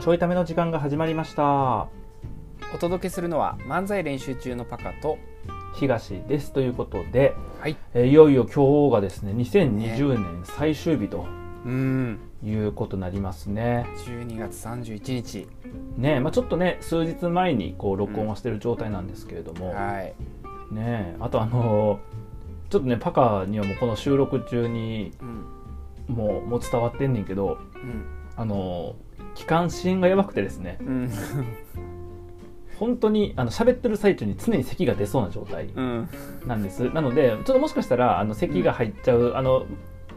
ちょいための時間が始まりましたお届けするのは漫才練習中のパカと東ですということで、はいえーいよいよ今日がですね2020年最終日とうんいうことになりますね12月31日ねえ、まあ、ちょっとね数日前にこう録音はしてる状態なんですけれども、はいねえあとあのーちょっとねパカにはもうこの収録中にうんもうもう伝わってんねんけどうんあのー気管支炎がやばくてですねうん本当にあの喋ってる最中に常に咳が出そうな状態うんなんです、なのでちょっともしかしたらあの咳が入っちゃう、あの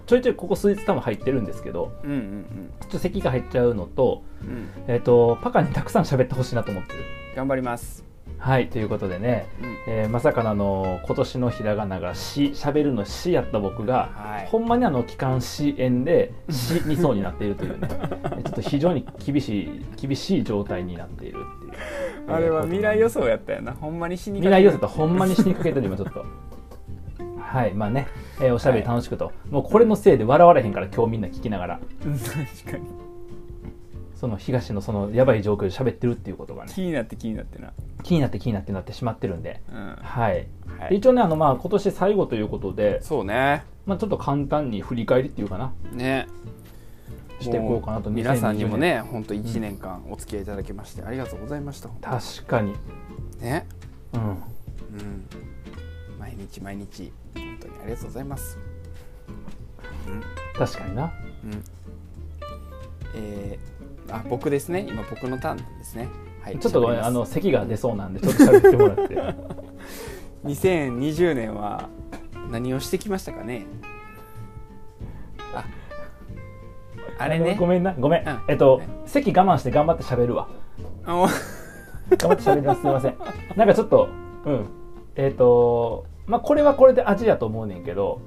ちょいちょいここ数日多分入ってるんですけどうんうんちょっと咳が入っちゃうのと,、うんえっとパカにたくさん喋ってほしいなと思ってる。頑張りますはいということでね、うんえーまさかのあの今年のひらがなが「し」喋るの「し」やった僕がはいほんまにあの気管支炎で死にそうになっていると いうねちょっと非常に厳しい厳しい状態になっているっていうあれは未来予想やったよなほんまに死にかけ未来予想とほんまに死にかけてる今ちょっとはいまあね、えーおしゃべり楽しくと、もうこれのせいで笑われへんから今日みんな聞きながらうん確かにその東のそのやばい状況で喋ってるっていうことがね気になって気になってな気になって気になってなってしまってるんでうんはい、はでい一応ねあのまあ今年最後ということで、そうねまあ、ちょっと簡単に振り返りっていうかなねしていこうかなとも皆さんにも2020ね本当1年間お付き合いいただきましてありがとうございました確かにねうんうん、毎日毎日本当にありがとうございます。確かになうん、えー、あ僕ですね今僕のターンですね。はい、ちょっとごめ喋りんますあの咳が出そうなんでちょっと喋ってもらって2020年は何をしてきましたかねあ あれねごめんなごめん、うんえっとね咳我慢して頑張って喋るわあお頑張って喋りますすいませんなんかちょっとうんえっ、とまあこれはこれで味やと思うねんけど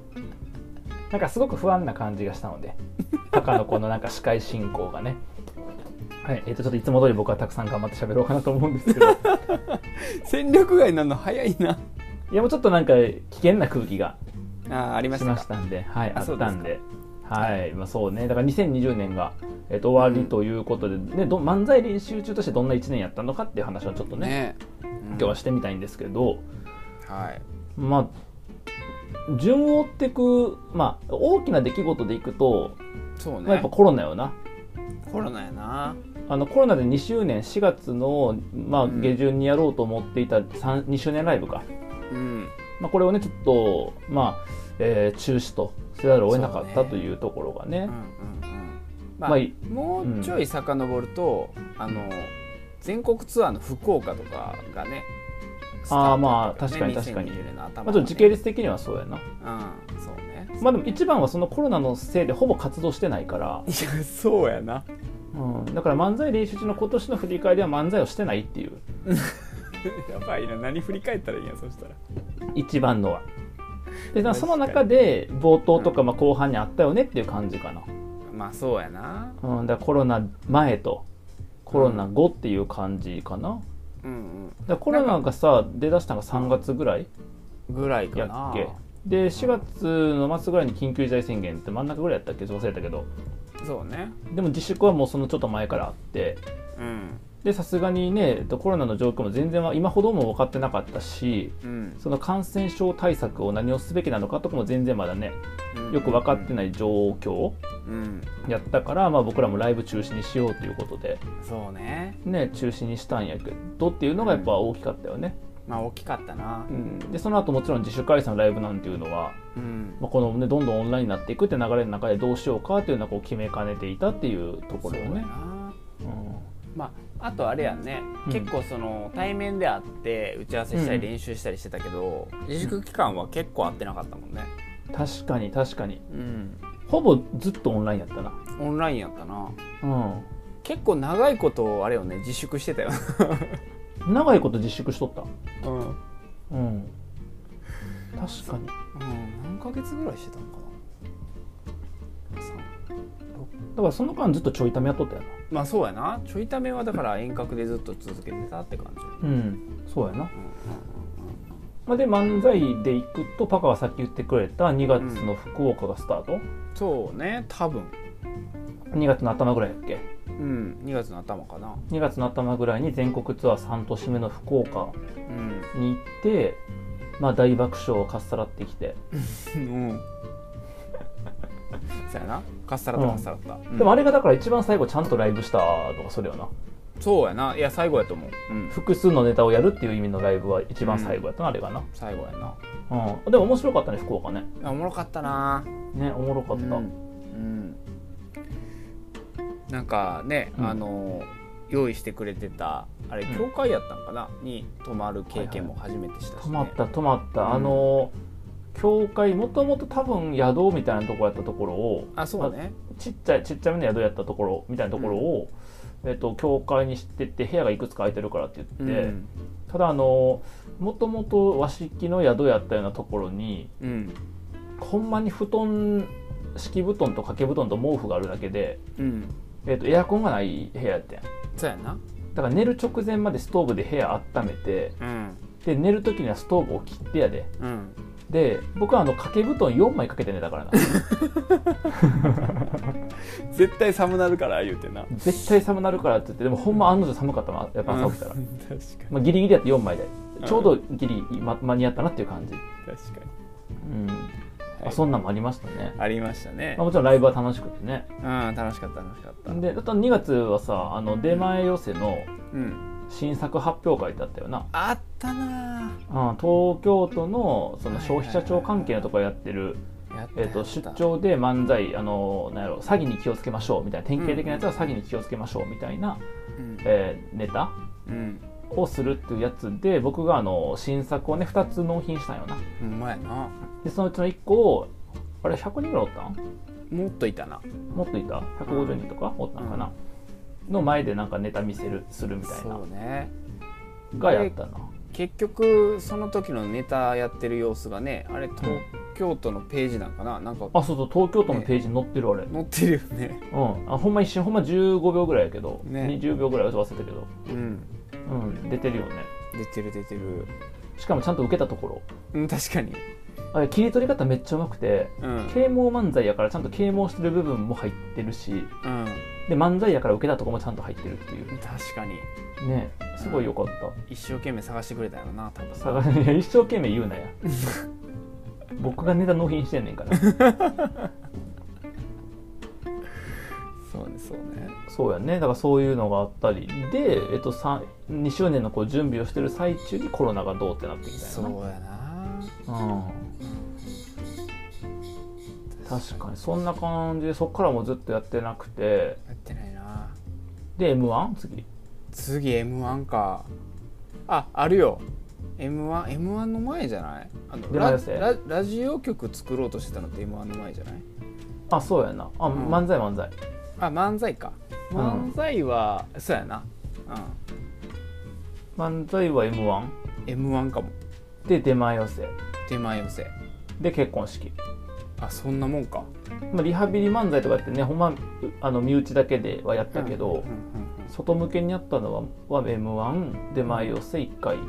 なんかすごく不安な感じがしたので高のこのなんか司会進行がねはいえっ、とちょっといつも通り僕はたくさん頑張って喋ろうかなと思うん ですけどい戦力外になるの早いなやもうちょっとなんか危険な空気があありまししたまかしたんで、はい、ああっそうたんで。はいまあ、そうねだから2020年が、えっと終わりということで、ね、ど漫才練習中としてどんな1年やったのかっていう話をちょっとねね今日はしてみたいんですけど、はいまあ順を追ってく、まあ、大きな出来事でいくと、そうまあ、やねっぱコロナよなコロナやなあのコロナで2周年4月の、まあ、うん下旬にやろうと思っていた2周年ライブか、うんまあ、これをねちょっと、まあえー中止とせざるを得なかっそたうねというところがねまあ、まあいもうちょい遡ると、あの全国ツアーの福岡とかがねあーまあスタートだった確よねかに確かに2020年のま頭はあ、ねちょっと時系列的にはそうやな、うんそうねまあ、でも一番はそのコロナのせいでほぼ活動してないから、いやそうやなうん、だから漫才練習中の今年の振り返りは漫才をしてないっていう やばいな何振り返ったらいいんやそしたら一番のは。でだからその確中かで冒頭とかまあ後半にあったよねっていう感じかな、まあそうやなうん、だからコロナ前とコロナ後っていう感じかな、うんだからコロナがさ出だしたのが3月ぐらいうんぐらいやかっなけで4月の末ぐらいに緊急事態宣言って真ん中ぐらいやったっけ忘れたけどそうねでも自粛はもうそのちょっと前からあってうんでさすがにねえっとコロナの状況も全然は今ほども分かってなかったしうんその感染症対策を何をすべきなのかとかも全然まだねよく分かっていない状況うん、やったから、まあ、僕らもライブ中止にしようということで、うんそうねね、中止にしたんやけどっていうのがやっぱ大きかったよね、まあ大きかったなうんでその後もちろん自主開催のライブなんていうのは、うんまあ、この、ね、どんどんオンラインになっていくって流れの中でどうしようかというのはこう決めかねていたっていうところよそうやね。なうんまあ、あとあれやんね、うん結構その対面であって打ち合わせしたりうん練習したりしてたけど、自粛期間は結構会ってなかったもんね、確かに確かにうん、ほぼずっとオンラインやったな、オンラインやったなう結構長いことあれよね自粛してたよ、ん、長いこと自粛しとった、うんうん、うん、確かに何ヶ月ぐらいしてたのかなさんだからその間ずっとちょいためやっとったよなまあそうやなちょいためはだから遠隔でずっと続けてたって感じ、うんそうやな、まあ、で漫才でいくとパカがさっき言ってくれた2月の福岡がスタート、そうね多分2月の頭ぐらいやっけうん2月の頭かな2月の頭ぐらいに全国ツアー3年目の福岡うんに行って、まあ、大爆笑をかっさらってきて、うん そやなかっさらったかっさらった、うんでもあれがだから一番最後ちゃんとライブしたのがそれよなそうやないや最後やと思う、うん、複数のネタをやるっていう意味のライブは一番最後やったな、あれがな、最後やなうん、でも面白かったね福岡ねいやおもろかったなねおもろかった、うんうんなんかね、うんあの用意してくれてたあれうん教会やったんかな、に泊まる経験も初めてしたし、泊ねまった泊まった、うんあの教会もともと多分宿みたいなところやったところをあそうねちっちゃいちっちゃめの宿やったところみたいなところを、えっと教会にしてって部屋がいくつか空いてるからってう言って、ん、ただあのもともと和式の宿やったようなところにうんほんまに布団敷布団と掛け布団と毛布があるだけで、うん、えっとエアコンがない部屋やってんそうやなだから寝る直前までストーブで部屋温めてうんで寝る時にはストーブを切ってやでうんで僕はあの掛け布団4枚かけて寝た からな絶対寒なるから言うてな絶対寒なるからって言ってでもほんま案の定寒かったなやっぱ朝起きたらう、ん 確かまあ、ギリギリやって4枚でうんちょうどギリま間に合ったなっていう感じ、に確かに、うんはあいそんなんもありましたね、ありましたねまあ、もちろんライブは楽しくてねうん楽しかった楽しかったであと2月はさあの出前寄せのうん新作発表会ってあったよな、あったうなん、東京都のその消費者庁関係のところやってるぁやったえー、やとった出張で漫才あのなんやろ詐欺に気をつけましょうみたいな典型的なやつは詐欺に気をつけましょうみたいな、うんえーネタうんをするっていうやつで僕があの新作をね2つ納品したんよなうまやなでそのうちの1個をあれ100人ぐらいおったんもっといたなもっといた150人とかおったんかな、の前でなんかネタ見せるするみたいなそうねがやったな結局その時のネタやってる様子がねあれ東京都のページなんかななんかあそうそう東京都のページに載ってるあれ、載ってるよねうんあほんま一瞬ほんま15秒ぐらいやけど、ね20秒ぐらい忘れたけど、うんうん、出てるよね出てる出てるしかもちゃんと受けたところうん確かにあれ切り取り方めっちゃうまくてうん啓蒙漫才やからちゃんと啓蒙してる部分も入ってるしうんで漫才やから受けたとこもちゃんと入ってるっていう確かにねすごいよかっ一生懸命探してくれたよな多分た探しいや一生懸命言うなや僕がネタ納品してんねん からそうねそうねそうやねだからそういうのがあったりで、えっと、さ2周年のこう準備をしてる最中にコロナがどうってなってきたそよねうやなうん、確かにそんな感じでそっからもずっとやってなくてやってないなで m 1次次 m 1かああるよ m 1 m 1の前じゃないあの出ラ前ですねララジオ局作ろうとしてたのって m 1の前じゃないあそうやなあ、うん漫才漫才あ漫才かうん漫才は、そうやなう漫才は m 1ん m 1かもで出前寄せ手前寄せで結婚式、あそんなもんかまあ、リハビリ漫才とかってねほんまうあの身内だけではやったけど、外向けにやったのはは m 1出前寄せ1回うん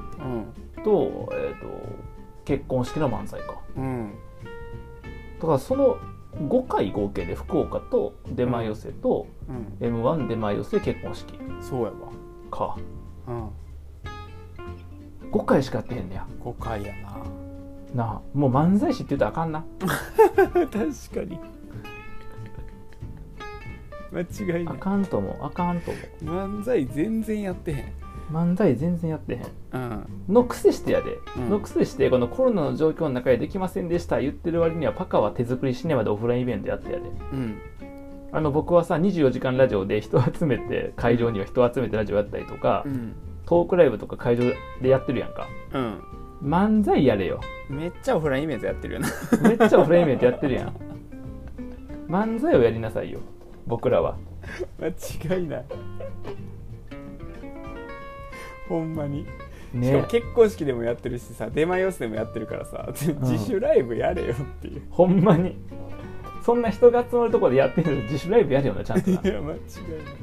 うんと,、えー、と結婚式の漫才かうん、うんだからその5回合計で福岡と出前寄せとうん、 m 1出前寄せ結婚式そうやかわ、 5回しかやってへんねやうん、5回やななあもう漫才師って言うとあかんな 確かに 間違いあかんと思うあかんと思う漫才全然やってへん漫才全然やってへんうんのくせしてやで、うんのくせしてこのコロナの状況の中でできませんでした言ってる割にはパカは手作りシネマでオフラインイベントやってやでうんあの僕はさ24時間ラジオで人を集めて会場には人を集めてラジオやったりとか、うんトークライブとか会場でやってるやんかうん漫才やれよめっちゃオフラインイベントやってるよなめっちゃオフラインイベントやってる やん漫才をやりなさいよ僕らは 間違い ないほんまに、しかねも結婚式でもやってるしさ出前寄せでもやってるからさ自主ライブやれよっていう、ほんまにそんな人が集まるとこでやってるのに自主ライブやれよなちゃんとないや間違いない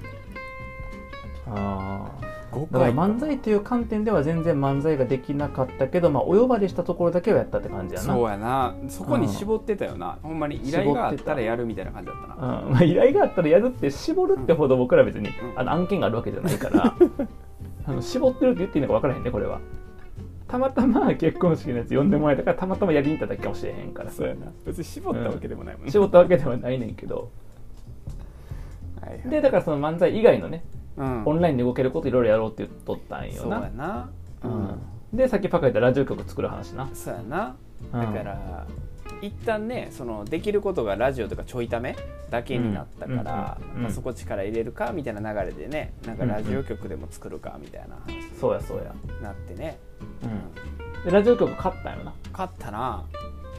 あ5だから回漫才という観点では全然漫才ができなかったけど、まあ、お呼ばれしたところだけはやったって感じやなそうやなそこに絞ってたよな、ほんまに依頼があったらやるみたいな感じだったなうんまあ、依頼があったらやるって絞るってほど僕ら別にうんあの案件があるわけじゃないから あの絞ってるって言っていいのか分からへんねこれはたまたま結婚式のやつ呼んでもらえたからたまたまやりに行っただけかもしれへんからそうやな別に絞ったわけでもないもんね、絞ったわけではないねんけどはいはいでだからその漫才以外のねうんオンラインで動けることいろいろやろうって言っとったんよそうやななう、うんんでさっきパカ言ったラジオ局作る話なそうやなうんだから、一旦ねそのできることがラジオとかちょいためだけになったから、うんうんまあ、そこ力入れるかみたいな流れでねなんかうんラジオ局でも作るかみたいな話そうやそうや、になってね、うん、でラジオ局買ったんよな、勝ったな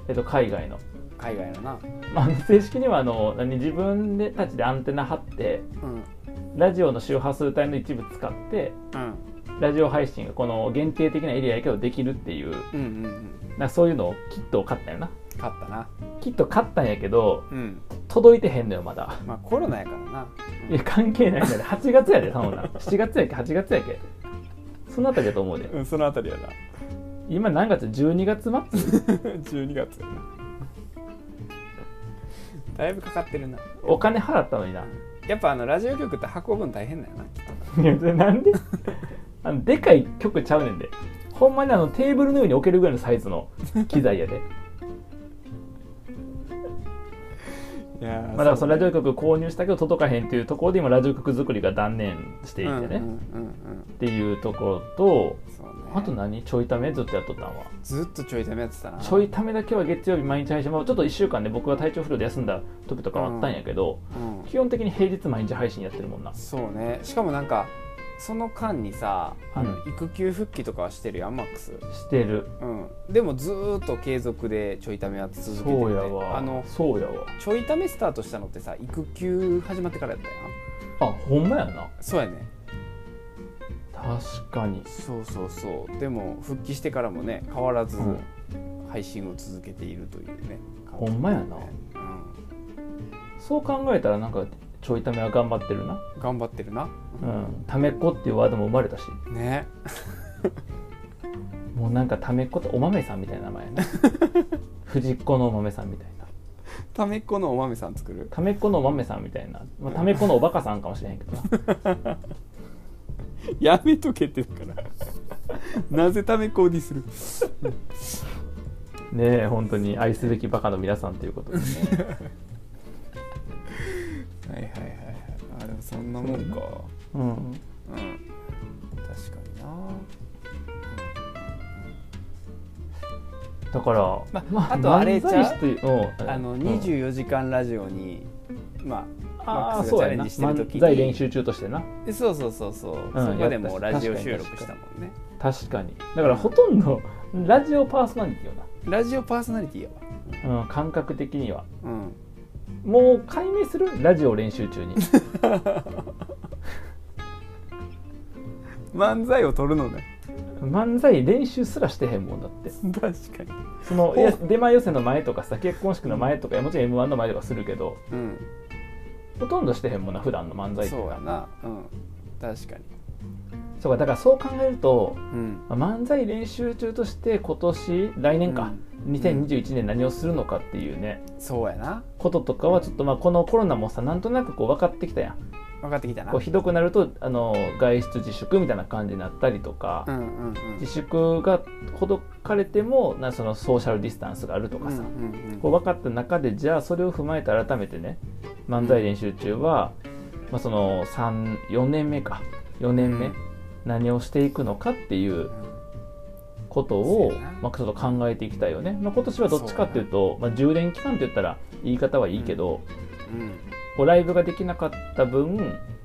えっと、海外の海外のな、まあ、正式にはあの何自分でたちでアンテナ張ってうんラジオの周波数帯の一部使ってうん、ラジオ配信がこの限定的なエリアやけどできるっていううんうんうんなんかそういうのをキットを買ったんやな勝ったなキット買ったんやけどうん届いてへんのよまだまあコロナやからな、いや関係ないんだね8月やでそんなん7月やけ8月やけそんなったけと思うでうん、そのあたりやな 今何月12月末12月やなだいぶかかってるなお金払ったのになやっぱあのラジオ局って運ぶの大変だよなきっといやそれなんであのでかい曲ちゃうねんでほんまにあのテーブルの上に置けるぐらいのサイズの機材やでいやまあ、だからそのラジオ局購入したけど届かへんっていうところで今ラジオ局作りが断念していてね、うんっうんうんていうところとうんそうねあと何ちょいためずっとやっとったんはずっとちょいためやってたなちょいためだけは月曜日毎日配信もうちょっと1週間で僕が体調不良で休んだ時とかはあったんやけど、うん基本的に平日毎日配信やってるもんなそうねしかもなんかその間にさあのう育休復帰とかはしてるやんマックス、してるうん、でもずーっと継続でちょいためやって続けててそうやわあのそうやわちょいためスタートしたのってさ育休始まってからやったやんあほんまやなそうやね確かにそうそうそうでも復帰してからもね変わらずうん配信を続けているというね、ほんまやなうん、そう考えたらなんかちょいためは頑張ってるな頑張ってるな、うんためっ子っていうワードも生まれたしねもうなんかためっ子ってお豆さんみたいな名前や ね藤子のお豆さんみたいなためっ子のお豆さん作る ためっ子のお豆さんみたいな、まあ、ためっ子のおバカさんかもしれへんけどなやめとけってだから なぜためっ子をディスる ねえ本当に愛すべきバカの皆さんということでねはいはいはいはいあでもそんなもんかうんうん確かになだから、まあとあれ漫才師といううんあのうん24時間ラジオに、まああマッあクスそがうチやャレンなジしてる時漫に才練習中としてなえそうそうそうそう、うんそこでもやうったラジオ収録したもんね確かにだからほとんどラジオパーソナリティよラジオパーソナリティやわな、うん、感覚的にはうんもう解明するラジオ練習 中に漫才を撮るのね漫才練習すらしてへんもんだって確かにそのいや出前予選の前とかさ結婚式の前とかもちろん m 1の前とかするけどうんほとんどしてへんもんな普段の漫才ってそうやなうん確かにそうかだからそう考えるとうんまあ漫才練習中として今年来年か、2021年何をするのかっていうねそうやなこととかはちょっとまあこのコロナもさなんとなくこう分かってきたやん分かってきたなこうひどくなるとあの外出自粛みたいな感じになったりとか、うんうんうん自粛が解かれてもなそのソーシャルディスタンスがあるとかさ、うんうんうんこう分かった中でじゃあそれを踏まえて改めてね漫才練習中は、まあ、その34年目か4年目、うん何をしていくのかっていうことそをうやな、まあ、ちょっと考えていきたいよね、まあ、今年はどっちかっていうとまあ、10連期間って言ったら言い方はいいけど、うんこうライブができなかった分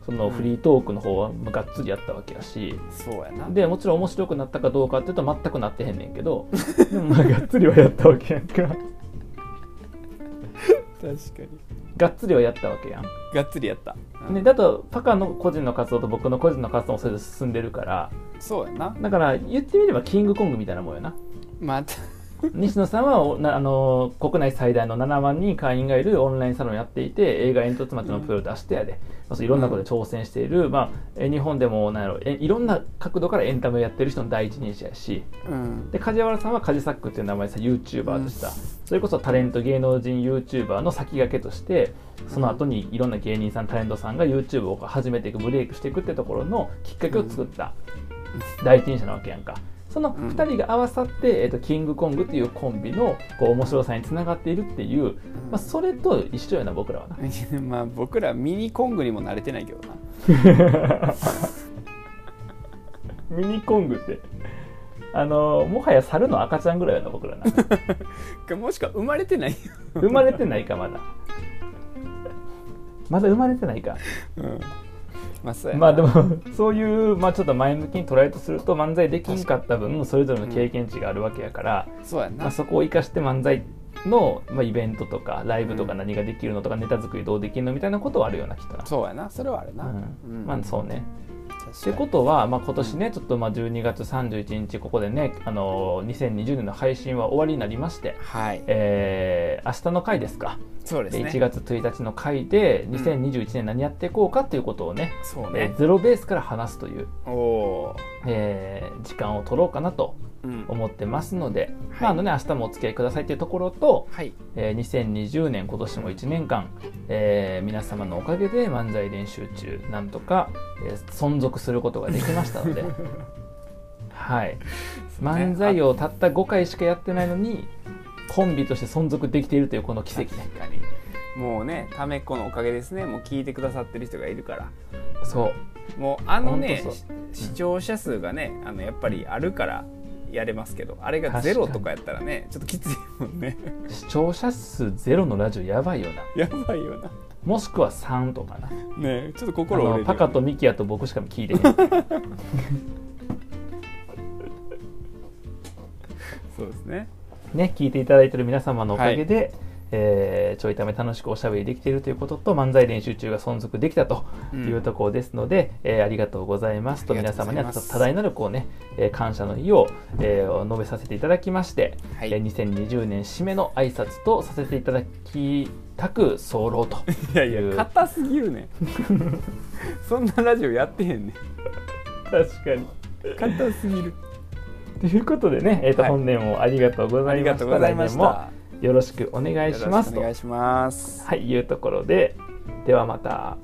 そうのんフリートークの方はまあがっつりやったわけやし、そうやなでもちろん面白くなったかどうかっていうと全くなってへんねんけ どでもまあがっつりはやったわけやんか確かにがっつりはやったわけやんがっつりやった、うんね、だとパカの個人の活動と僕の個人の活動もそれで進んでるからそうやなだから言ってみればキングコングみたいなもんよなまた西野さんはおなあの国内最大の7万人会員がいるオンラインサロンやっていて映画「煙突町のプロ」を出してやで、そういろんなことで挑戦している、まあ、え日本でもなんやろえいろんな角度からエンタメをやってる人の第一人者やしうんで梶原さんはカジサックっていう名前でさ YouTuber とした、それこそタレント芸能人 YouTuber の先駆けとしてその後にいろんな芸人さんタレントさんが YouTube を始めていくブレイクしていくってところのきっかけを作った第一人者なわけやんかその2人が合わさって、えっとキングコングっていうコンビのこう面白さにつながっているっていう、まあ、それと一緒やな僕らはなまあ僕らミニコングにも慣れてないけどなミニコングってあのもはや猿の赤ちゃんぐらいやな僕らなもしくは生まれてないよ、生まれてないかまだまだ生まれてないかうん、まあそうやなまあでもそういう、まあ、ちょっと前向きに捉えるとすると漫才できんかった分それぞれの経験値があるわけやから、そうやまあ、なそこを生かして漫才の、まあ、イベントとかライブとか何ができるのとか、ネタ作りどうできるのみたいなことはあるようなきっとな。そうやなそれはあるな、うんまあそうね。確かにってことは、まあ、今年ねちょっとまあ12月31日ここでね、あのー2020年の配信は終わりになりまして、はいえー明日の回ですかそうですでね1月1日の回でん2021年何やっていこうかということをね、そうえねーゼロベースから話すという、おおえー時間を取ろうかなとー、うん、思ってますので、はいまああのね、明日もお付き合いくださいというところと、はいえー2020年今年も1年間、えー皆様のおかげで漫才練習中なんとか、えー存続することができました のではい漫才をたった5回しかやってないのにコンビとして存続できているというこの奇跡ね確かにもうねためっこのおかげですねもう聞いてくださってる人がいるからそうもうあのねほんとしそう視聴者数がねあのやっぱりあるからやれますけどあれがゼロとかやったらねちょっときついもんね 視聴者数ゼロのラジオやばいよなやばいよなもしくは3とかなねえちょっとあ心折れのるよねパカとミキヤと僕しか聞いてへ んそうですねね、聞いていただいている皆様のおかげで、えーちょいため楽しくおしゃべりできているということと漫才練習中が存続できたというところですので、えーありがとうございますとあり皆がとう様ごにざいはます多大なるこう、ねえー感謝の意を、えー述べさせていただきまして、はいえー2020年締めの挨拶とさせていただきたく候と いやいや硬すぎるね そんなラジオやってへんね確かに硬すぎるということでね、えーとはい本年もありがとうごあざいりまがしたとうございまし来た年もよろしくお願いしますよろくお願いしますと、はい、いうところでではまた。